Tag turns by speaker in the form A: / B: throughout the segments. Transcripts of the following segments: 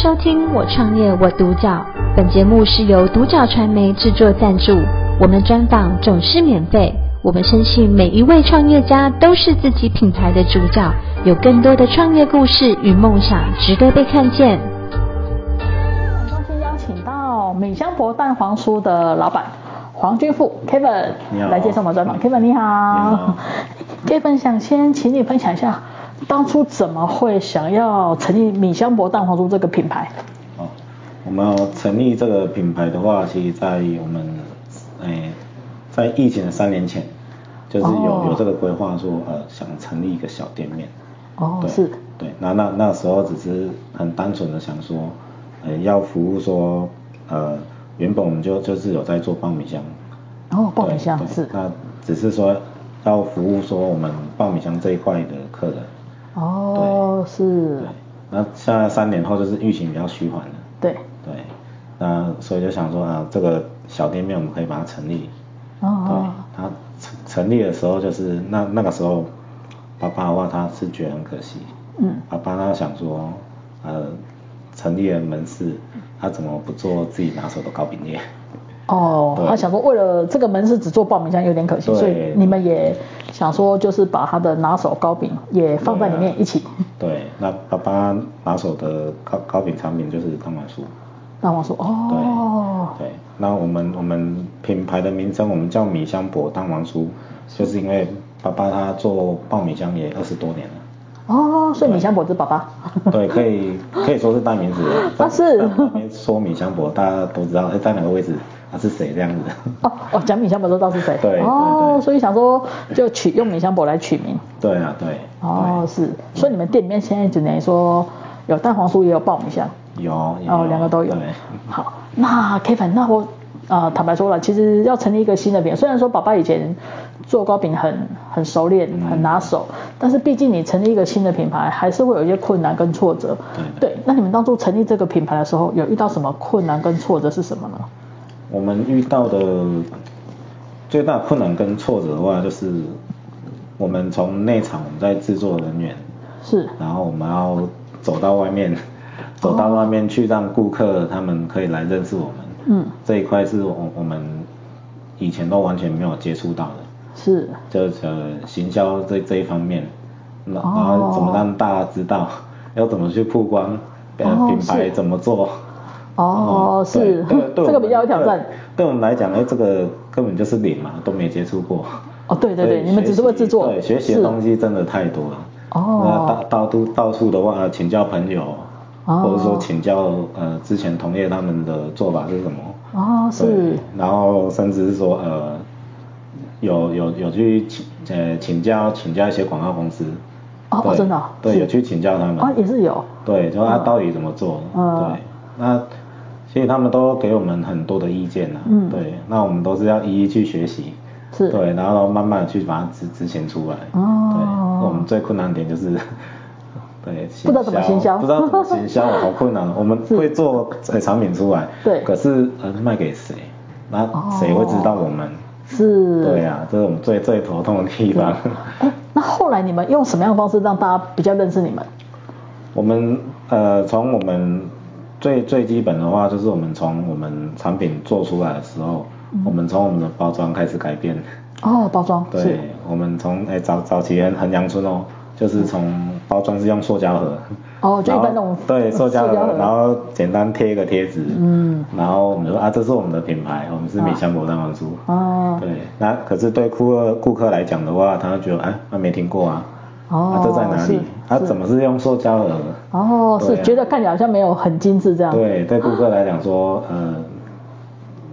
A: 收听《我创业我独角》，本节目是由独角传媒制作赞助，我们专访总是免费。我们深信每一位创业家都是自己品牌的主角，有更多的创业故事与梦想值得被看见。
B: 很高兴邀请到米香博蛋黄酥的老板黄君富 Kevin
C: 你好
B: 来接受我们专访。Kevin 你好
C: 你 好
B: k e v i n 想先请你分享一下，当初怎么会想要成立米香博蛋黄酥这个品牌？
C: 哦，我们要成立这个品牌的话，其实在我们，诶、在疫情的三年前，就是有、
B: 哦
C: 有这个规划说，呃，想成立一个小店面。
B: 哦，
C: 对
B: 是，
C: 对，那那那时候只是很单纯的想说，呃，要服务说，呃，原本我们就就是有在做爆米香，
B: 哦，爆米
C: 对
B: 香
C: 对
B: 是，
C: 那只是说要服务说我们爆米香这一块的客人。
B: 哦，是
C: 对，，那现在三年后就是疫情比较趋缓了。
B: 对，
C: 对，那所以就想说啊，这个小店面我们可以把它成立。
B: 哦，
C: 对，它成成立的时候就是那那个时候，爸爸的话他是觉得很可惜。
B: 嗯，
C: 爸爸他想说，呃，成立了门市，他怎么不做自己拿手的糕饼业？
B: 哦，
C: 对
B: 他想说，为了这个门市只做爆米香有点可惜，
C: 对
B: 所以你们也想说，就是把他的拿手糕饼也放在里面一起。
C: 对，啊那爸爸拿手的糕糕饼产品就是蛋黄酥。
B: 那我说，哦，
C: 对，那我们我们品牌的名称我们叫米香博蛋黄酥，就是因为爸爸他做爆米香也二十多年了，
B: 哦，所以米香果子爸爸，
C: 对，可以可以说是代名词了。
B: 啊是
C: 在外面说米香博，大家都知道，哎，在哪个位置，他、是谁这样子。
B: 哦哦，讲米香果知道是谁，
C: 对对
B: 哦，
C: 对
B: 所以想说就取用米香果来取名，
C: 对啊，对，
B: 哦是，所以你们店里面现在只能说有蛋黄酥也有爆米香，
C: 有
B: 哦两个都有
C: 对，
B: 好，那 Kevin，那我呃坦白说了，其实要成立一个新的饼，虽然说爸爸以前做糕饼很很熟练、很
C: 嗯
B: 拿手，但是毕竟你成立一个新的品牌，还是会有一些困难跟挫折。
C: 对
B: 那你们当初成立这个品牌的时候，有遇到什么困难跟挫折是什么呢？
C: 我们遇到的最大困难跟挫折的话，就是我们从内场我们在制作人员。
B: 是
C: 然后我们要走到外面，走
B: 哦
C: 到外面去，让顾客他们可以来认识我们。
B: 嗯，
C: 这一块是我我们以前都完全没有接触到的，
B: 是
C: 就是呃行销这这一方面，那
B: 哦
C: 然后怎么让大家知道， 要怎么去曝光，
B: 哦
C: 呃，品牌
B: 是
C: 怎么做。
B: 哦
C: 嗯
B: 是
C: 对对
B: 这
C: 对
B: 个
C: 我们
B: 比较有挑战。
C: 对对我们来讲，哎，这个根本就是零嘛，都没接触过。
B: 哦对对
C: 所
B: 对
C: 以
B: 你们只是会制作
C: 对，学习
B: 是
C: 的东西真的太多了。
B: 哦
C: 那到到处到处的话，请教朋友，
B: 哦
C: 或者说请教呃之前同业他们的做法是什么。
B: 哦
C: 对
B: 是，
C: 然后甚至是说呃，有有有去请呃请教请教一些广告公司。
B: 哦哦
C: 对
B: 真的哦是
C: 对，有去请教他们。
B: 啊也是哦有
C: 对，就他到底怎么做？
B: 嗯
C: 对，那其实他们都给我们很多的意见啊。
B: 嗯
C: 对，那我们都是要一一去学习。
B: 是
C: 对，然后慢慢的去把它执执行出来。
B: 哦
C: 对，我们最困难的点就是。 对，
B: 不知道怎么行销
C: 不知道怎么行销，好困 难。我们会做呃产品出来，
B: 对
C: 可是呃卖给谁？那谁会知道我们？
B: 哦是
C: 对啊，这是我们最最头痛的地方。
B: 哎，那后来你们用什么样的方式让大家比较认识你们？
C: 我们呃，从我们最最基本的话，就是我们从我们产品做出来的时候，
B: 嗯
C: 我们从我们的包装开始改变。
B: 哦，包装
C: 对
B: 是，
C: 我们从哎、早早期很很阳春哦，就是从包装是用塑胶盒。
B: 哦就一般
C: 然后
B: 那种
C: 对塑胶
B: 塑胶盒
C: 盒，然后简单贴一个贴纸，嗯，然后我们就说啊，这是我们的品牌，我们是米香果蛋黄酥，
B: 哦
C: 对，那可是对顾客顾客来讲的话，他会觉得哎，他、没听过啊，
B: 哦
C: 啊这在哪
B: 是
C: 里？他、怎么是用塑胶盒？
B: 哦，
C: 对
B: 是
C: 啊
B: 觉得看起来好像没有很精致这样。
C: 对，对顾客来讲说，呃，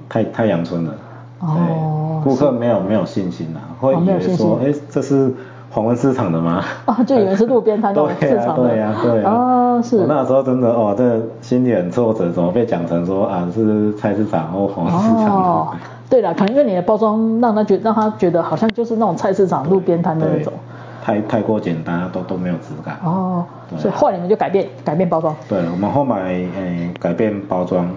C: 太太阳春了。
B: 哦
C: 对，顾客没有没有信心啊，会
B: 哦
C: 以
B: 没有
C: 为
B: 信
C: 说，
B: 心
C: 哎、这是黄昏市场的吗？
B: 哦，就以为是路边摊那种市
C: 对呀、
B: 场的。
C: 对呀、对呀、
B: 哦，是。
C: 我那时候真的哦，真的心里很挫折，怎么被讲成说啊是菜市场或黄昏市场的？
B: 哦，对了，可能因为你的包装让他觉让他觉得好像就是那种菜市场路边摊的那种。
C: 对太太过简单，都都没有质感。
B: 哦，
C: 对
B: 所以后来你们就改变改变包装。
C: 对，我们后来诶、改变包装，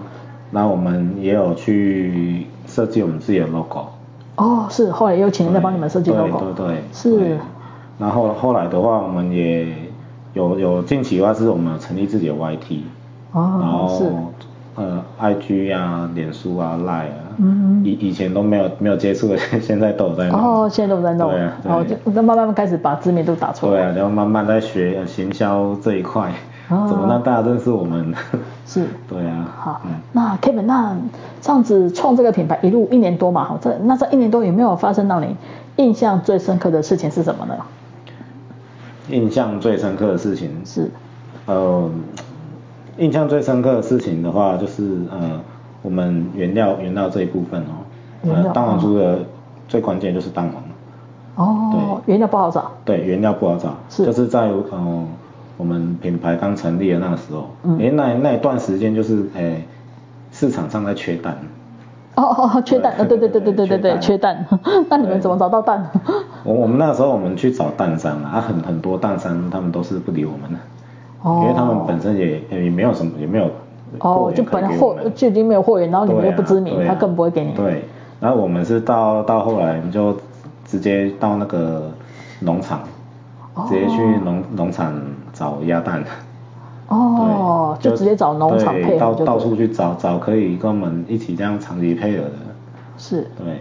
C: 那我们也有去设计我们自己的 logo。
B: 哦，是后来也有请人在帮你们设计
C: 对
B: logo。
C: 对对对，
B: 是
C: 对。然后后来的话，我们也有有近期的话，是我们成立自己的 YT。然
B: 哦，是，
C: 后呃，IG 啊、脸书啊、Line 啊，
B: 嗯
C: 以以前都没有没有接触的，现在都有在弄。
B: 哦，现在都在弄，
C: 对啊对
B: 哦，就那慢慢开始把知名度打出
C: 对
B: 来，
C: 啊，然后慢慢在学行销这一块，
B: 哦
C: 怎么让大家认识我们？
B: 是。
C: 对啊，
B: 好
C: 嗯，
B: 那 Kevin，那这样子创这个品牌一路一年多嘛，哈，这那这一年多有没有发生让你印象最深刻的事情是什么呢？
C: 印象最深刻的事情，
B: 是，
C: 呃，印象最深刻的事情的话，就是呃，我们原料原料这一部分哦，
B: 原料
C: 呃，蛋黄
B: 哦
C: 酥的最关键就是蛋黄，
B: 哦，原料不好找，
C: 对，原料不好找，
B: 是
C: 就是在呃我们品牌刚成立的那时候，
B: 嗯
C: 诶、那那一段时间就是诶、市场上在缺蛋，
B: 哦哦，哦，缺蛋，呃，对对对对对对对，缺
C: 缺
B: 蛋， 那你们怎么找到蛋？
C: 我我们那时候我们去找蛋商啊，啊很很多蛋商他们都是不理我们的，
B: 哦
C: 因为他们本身也也没有什么也没有
B: 哦
C: 货，源
B: 就
C: 可以
B: 本来
C: 给我
B: 货
C: 们
B: 就已经没有货源，然后你们
C: 对
B: 又
C: 啊
B: 不知名，
C: 对啊
B: 他更不会给你。
C: 对，然后我们是到到后来我们就直接到那个农场，直接去农农场找鸭蛋。
B: 哦，
C: 对
B: 就直接找农场
C: 对
B: 配合
C: 到
B: 就对
C: 到处去找找可以跟我们一起这样长期配合的，
B: 是
C: 对。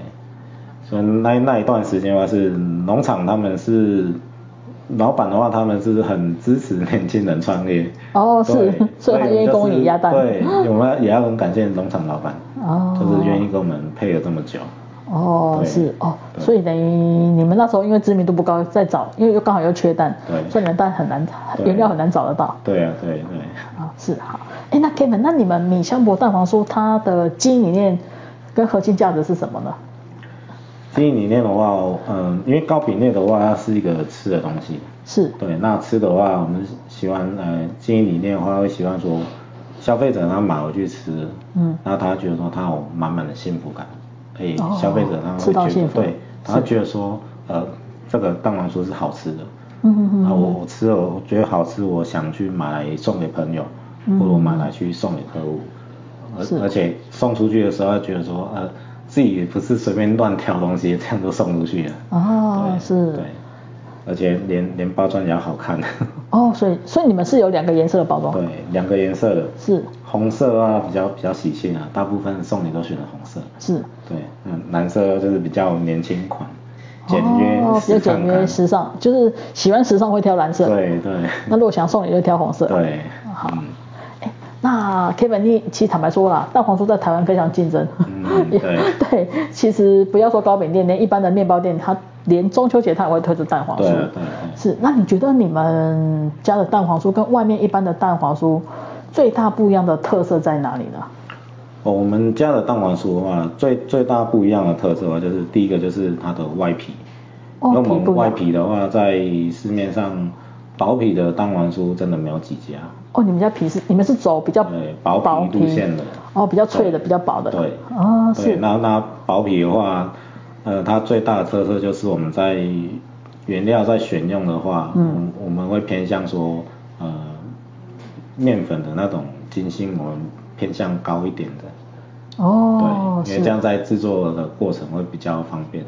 C: 所以那那一段时间的话是农场他们是老板的话，他们是很支持年轻人创业。
B: 哦是
C: 对
B: 所以他
C: 我们
B: 愿意
C: 就是
B: 供你鸭蛋
C: 对，我们也要很感谢农场老板，
B: 哦
C: 就是愿意跟我们配合这么久。
B: 哦
C: 对
B: 是哦，
C: 对
B: 所以等于你们那时候因为知名度不高，在找，因为又刚好又缺蛋，
C: 对
B: 所以你们蛋很难，
C: 对
B: 原料很难找得到。
C: 对啊，对对。
B: 啊，是好。哎，那 Kevin，那你们米香博蛋黄酥它的经营理念跟核心价值是什么呢？
C: 经营理念的话，嗯，因为糕饼类的话，它是一个吃的东西，
B: 是
C: 对，那吃的话，我们喜欢呃建议理念的话，会喜欢说消费者他买回去吃，
B: 嗯
C: 然后他觉得说他有满满的幸福感，哎、
B: 哦
C: 消费者他
B: 吃
C: 会
B: 到
C: 觉
B: 幸
C: 得
B: 福
C: 对，他会觉得说呃这个蛋黄酥是好吃的，
B: 嗯嗯嗯
C: 啊我我吃了我觉得好吃，我想去买来送给朋友，或者我买来去送给客户，
B: 嗯是
C: 而而且送出去的时候他觉得说呃自己不是随便乱挑东西这样就送出去了。
B: 哦
C: 啊对
B: 是
C: 对，而且连连包装也要好看，
B: 哦，所以所以你们是有两个颜色的包装，
C: 对，两个颜色的，
B: 是
C: 红色啊比较比较喜庆啊，大部分送礼都选的红色，
B: 是
C: 对，嗯，蓝色就是比较年轻款，简约、
B: 哦，比较
C: 时尚
B: 简约
C: 感
B: 时尚，就是喜欢时尚会挑蓝色。
C: 对对
B: 那如果想送礼就挑红色。。
C: 对，
B: 好
C: 嗯
B: 哎，那 Kevin，你其实坦白说啦，蛋黄酥在台湾非常竞争。
C: 嗯对
B: 对，其实不要说糕饼店，连一般的面包店，它连中秋节它也会推出蛋黄酥。
C: 对啊对啊对啊
B: 是，那你觉得你们家的蛋黄酥跟外面一般的蛋黄酥最大不一样的特色在哪里呢？
C: 哦，我们家的蛋黄酥的话，最最大不一样的特色的话，就是第一个就是它的外皮。
B: 哦
C: 因为
B: 皮
C: 我
B: 不
C: 们
B: 一
C: 外
B: 样
C: 皮的话，在市面上薄皮的蛋黄酥真的没有几家。
B: 哦，你们家皮是你们是走比较
C: 对薄皮路线的
B: 哦，比较脆的，
C: 对
B: 比较薄的。
C: 对，
B: 哦，
C: 对，
B: 是
C: 那那薄皮的话，呃，它最大的特色就是我们在原料在选用的话，
B: 嗯
C: 我们，我们会偏向说，呃，面粉的那种筋性，我们偏向高一点的，
B: 哦，是
C: 对，因为这样在制作的过程会比较方便，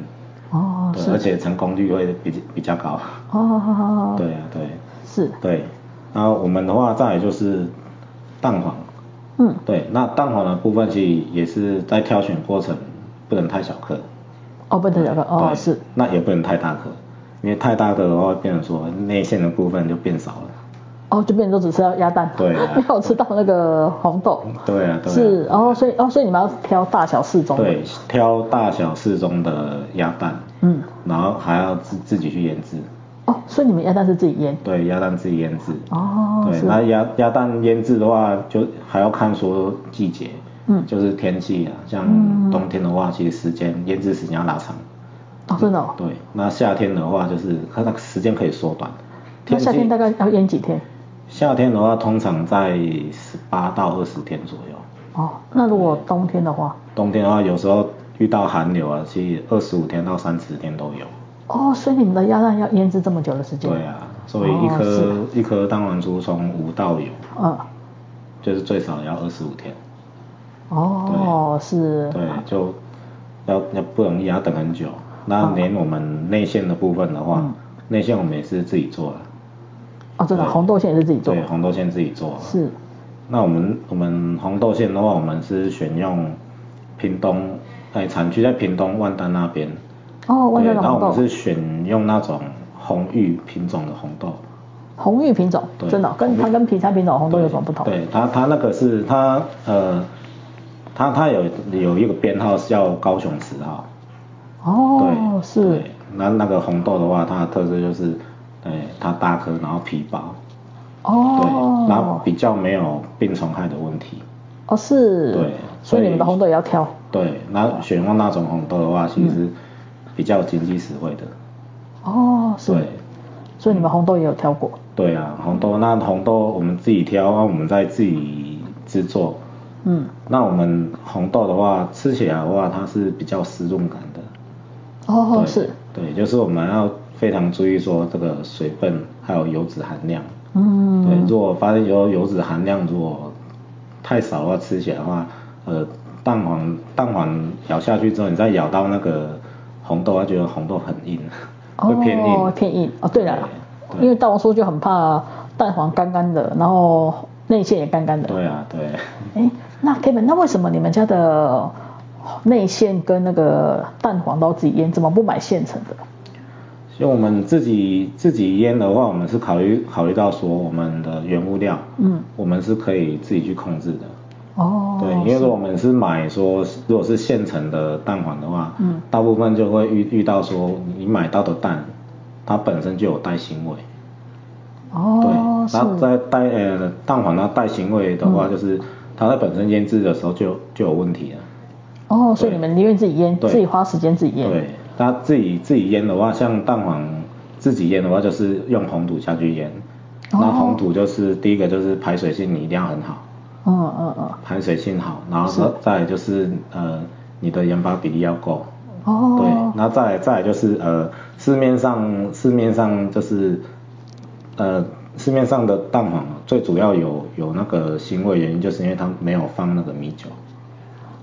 B: 哦，
C: 对，
B: 是
C: 而且成功率会比比较高，
B: 哦，
C: 对啊，对，
B: 是
C: 对，然后我们的话，再来就是蛋黄，
B: 嗯
C: 对，那蛋黄的部分其实也是在挑选过程不能太小颗，
B: 哦，不能小个哦
C: 对
B: 是
C: 那也不能太大颗，因为太大颗的话，会变成说内馅的部分就变少了。
B: 哦，就变成都只吃到鸭蛋，
C: 对啊
B: 没有吃到那个红豆。
C: 对啊，对啊。
B: 是哦，所以哦，所以你们要挑大小适中的。
C: 对，挑大小适中的鸭蛋，
B: 嗯，
C: 然后还要自自己去腌制，
B: 哦，所以你们鸭蛋是自己腌。
C: 对，鸭蛋自己腌制。
B: 哦，
C: 对，
B: 是
C: 那鸭鸭蛋腌制的话，就还要看说季节，
B: 嗯
C: 就是天气啊，像
B: 嗯
C: 冬天的话，其实时间腌制时间要拉长。
B: 哦，真的哦。
C: 对，那夏天的话，就是它那个时间可以缩短。
B: 那夏天
C: 气
B: 大概要腌几天？
C: 夏天的话，通常在十八到二十天左右。
B: 哦，那如果冬天的话，
C: 冬天的话，有时候遇到寒流啊，其实二十五天到三十天都有。
B: 哦，所以你们的鸭蛋要腌制这么久的时间。
C: 对啊，所以一颗、
B: 哦
C: 一颗蛋黄酥从无到有，
B: 嗯，
C: 就是最少也要二十五天。
B: 哦，是，
C: 对，就要要不容易，要等很久。那连我们内馅的部分的话，
B: 哦嗯
C: 内馅我们也是自己做的，
B: 哦，真的，
C: 对
B: 红豆馅也是自己做
C: 对，，红豆馅自己做。
B: 是，
C: 那我们我们红豆馅的话，我们是选用屏东，哎，产区在屏东万丹那边。
B: 哦，万
C: 对，
B: 丹的
C: 然后
B: 红
C: 我们
B: 豆
C: 是，选用那种红玉品种的红豆。
B: 红玉品种，
C: 对
B: 真的哦跟
C: 红玉
B: 它跟其他品种的红豆有什么不同？
C: 对，它它那个是它呃，它它有有一个编号是叫高雄十号。
B: 哦，
C: 对，
B: 是
C: 对，那那个红豆的话，它的特色就是，哎，它大颗，然后皮薄，对，然后
B: 哦，
C: 比较没有病虫害的问题。
B: 哦是，
C: 对
B: 所
C: 所以
B: 以你们的红豆也要挑。嗯
C: 对，那选用那种红豆的话，其实比较经济实惠的。
B: 哦，是，
C: 对，
B: 所以你们红豆也有挑过。
C: 对啊，红豆那红豆我们自己挑，那我们再自己制作。
B: 嗯，
C: 那我们红豆的话，吃起来的话，它是比较湿润感的。
B: 哦
C: 对
B: 是，
C: 对，就是我们要非常注意说这个水分还有油脂含量。
B: 嗯，
C: 对，如果发现油油脂含量如果太少的话，吃起来的话，呃，蛋黄蛋黄咬下去之后，你再咬到那个红豆，它觉得红豆很硬， 会偏硬。
B: 哦，偏硬哦。对了，
C: 对
B: 因为蛋黄酥就很怕蛋黄干干的，然后内馅也干干的。
C: 对啊，对。
B: 哎，那 Kevin，那为什么你们家的内馅跟那个蛋黄都自己腌，怎么不买现成的？
C: 因为我们自己自己腌的话，我们是考虑考虑到说我们的原物料，
B: 嗯，
C: 我们是可以自己去控制的。
B: 哦，
C: 对，因为如果我们是买说，如果是现成的蛋黄的话，
B: 嗯
C: 大部分就会遇遇到说，你买到的蛋，它本身就有带腥味，
B: 哦，
C: 对，然后
B: 是，嗯
C: 在带呃蛋黄它带腥味的话，就是它在本身腌制的时候就就有问题了，
B: 哦，所以你们宁愿自己腌，
C: 对
B: 自己花时间自己腌。
C: 对，它自己自己腌的话，像蛋黄自己腌的话，就是用红土下去腌，
B: 哦
C: 那红土就是第一个就是排水性你一定要很好，
B: 嗯嗯嗯，
C: 排水性好，然后再再来就是呃你的盐巴比例要够。
B: 哦
C: 对，，那再来再来就是呃，市面上市面上就是呃，市面上的蛋黄最主要有有那个腥味原因，就是因为它没有放那个
B: 啊
C: 米酒。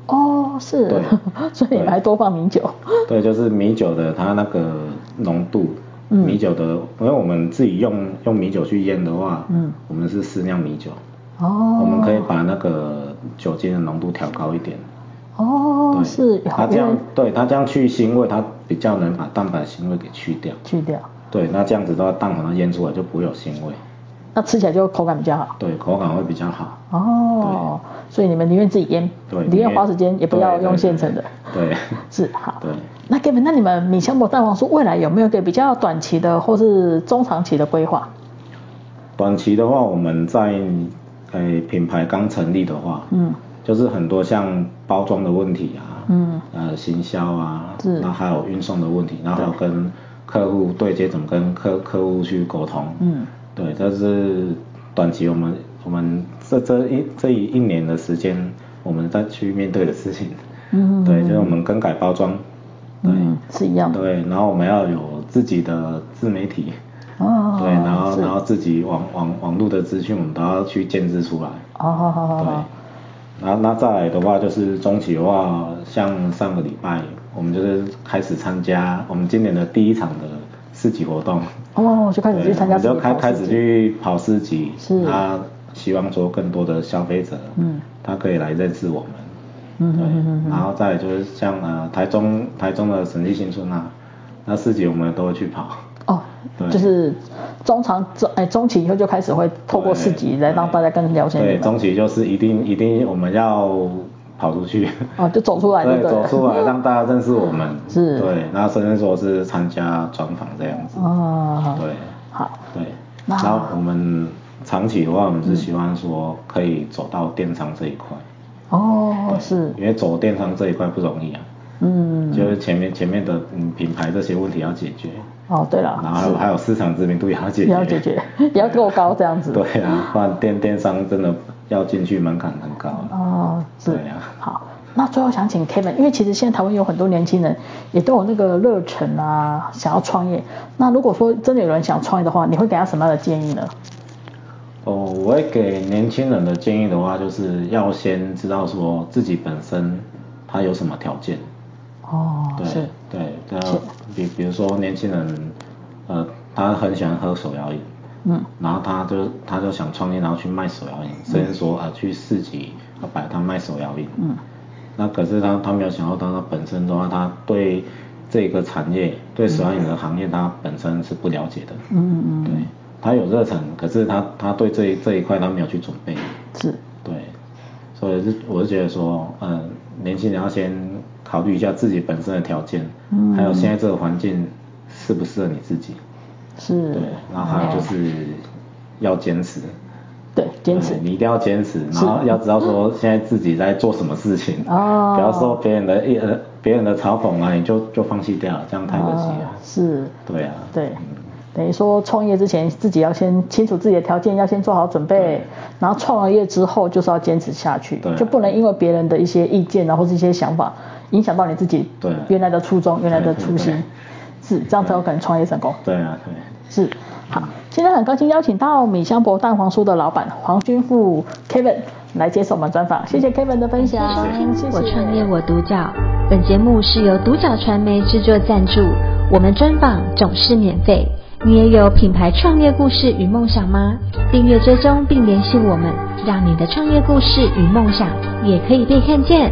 B: 哦是
C: 对，
B: 所以你们还多放米酒。
C: 对，就是米酒的它那个浓度，
B: 嗯
C: 米酒的，因为我们自己用用米酒去腌的话，
B: 嗯，
C: 我们是适量米酒，
B: 哦，
C: 我们可以把那个酒精的浓度调高一点。
B: 哦
C: 对，
B: 是，
C: 它
B: 好
C: 这样
B: 因为
C: 对它这样去腥味，它比较能把蛋白腥味给去掉。
B: 去掉，
C: 对，那这样子的话，蛋黄它腌出来就不会有腥味，
B: 那吃起来就口感比较好。
C: 对，口感会比较好。
B: 哦，所以你们宁愿自己腌，
C: 对，
B: 宁愿
C: 因为
B: 花时间，也不要
C: 对
B: 用
C: 对
B: 现成的。
C: 对，
B: 是好。
C: 对
B: 那 Kevin，那你们米香博蛋黄酥未来有没有给比较短期的或是中长期的规划？
C: 短期的话，我们在诶、品牌刚成立的话，
B: 嗯，
C: 就是很多像包装的问题啊，
B: 嗯，
C: 呃，行销啊，
B: 是
C: 然后还有运送的问题，然后还有跟客户对接，怎么跟客客户去沟通，
B: 嗯，
C: 对，这是短期我们我们这这一这一一年的时间，我们再去面对的事情，
B: 嗯
C: 对，就是我们更改包装，对，
B: 嗯，是一样的。
C: 对，然后我们要有自己的自媒体，
B: 哦，
C: 对，然后
B: 是
C: 然后自己网网网络的资讯我们都要去建制出来，
B: 哦，好好好
C: 对
B: 好，。
C: 然后那再来的话就是中期的话，像上个礼拜我们就是开始参加我们今年的第一场的市集活动，
B: 哦，就开始去
C: 对
B: 参加
C: 我们
B: 自己
C: 就开
B: 跑
C: 开始去跑市集，
B: 是
C: 他希望说更多的消费者，
B: 嗯，
C: 他可以来认识我们，
B: 嗯嗯嗯嗯
C: 对，然后再来就是像呃台中台中的审计新村啊，那市集我们都会去跑，
B: 哦，
C: 对
B: 就是中长中哎中期以后就开始会透过市集来让大家更了解你
C: 对，
B: 们
C: 中期就是一定一定我们要跑出去。
B: 哦，就走出来
C: 对，
B: 对
C: 走
B: 了。
C: 出来让大家认识我们，
B: 是
C: 对，然后甚至说是参加专访这样子，
B: 哦，
C: 对
B: 好，
C: 对，
B: 那
C: 然后我们长期的话，我们是希望说可以走到电商这一块，
B: 哦，是，
C: 因为走电商这一块不容易啊，
B: 嗯，
C: 就是前面前面的嗯品牌这些问题要解决，
B: 哦，对了，
C: 然后还有还有市场知名度也要解
B: 也
C: 决，
B: 要解 决，也要够高这样子。
C: 对啊，不然电电商真的要进去门槛很高啊，
B: 哦，是。
C: 对啊
B: 好，那最后想请 Kevin，因为其实现在台湾有很多年轻人也都有那个热忱啊，想要创业。那如果说真的有人想创业的话，你会给他什么样的建议呢？
C: 哦，我会给年轻人的建议的话，就是要先知道说自己本身他有什么条件，
B: 哦，
C: 对
B: 是，
C: 对，
B: 是
C: 要比比如说年轻人，呃，他很喜欢喝手摇饮，
B: 嗯，
C: 然后他就他就想创业，然后去卖手摇饮，甚至说啊去市集啊摆摊卖手摇饮。
B: 嗯，
C: 那可是他他没有想到，当他本身的话，他对这个产业，对手摇饮的行业，他本身是不了解的。
B: 嗯嗯
C: 对，他有热忱，可是他他对这一这一块他没有去准备。
B: 是，
C: 对，所以是我是觉得说，嗯，年轻人要先考虑一下自己本身的条件，
B: 嗯
C: 还有现在这个环境适不适合你自己。
B: 是，
C: 对，然后还有就是要坚持。
B: 对，哦坚持嗯
C: 对，你一定要坚持，然后要知道说现在自己在做什么事情，
B: 哦
C: 不要说别人的一呃别人的嘲讽啊，你就就放弃掉了，这样太可惜了
B: 啊。是，
C: 对啊，
B: 对，等于说创业之前自己要先清楚自己的条件，要先做好准备，然后创了业之后就是要坚持下去
C: 对，
B: 就不能因为别人的一些意见啊或是一些想法影响到你自己
C: 对
B: 原来的初衷、原来的初
C: 对
B: 心，是这样才有可能创业成功。
C: 对啊，对，
B: 是，好，今天很高兴邀请到米香博蛋黄酥的老板黄君富 Kevin 来接受我们专访，谢谢 Kevin 的分享，谢谢，
A: 我创业我独角。本节目是由独角传媒制作赞助，我们专访总是免费。你也有品牌创业故事与梦想吗？订阅追踪并联系我们，让你的创业故事与梦想也可以被看见。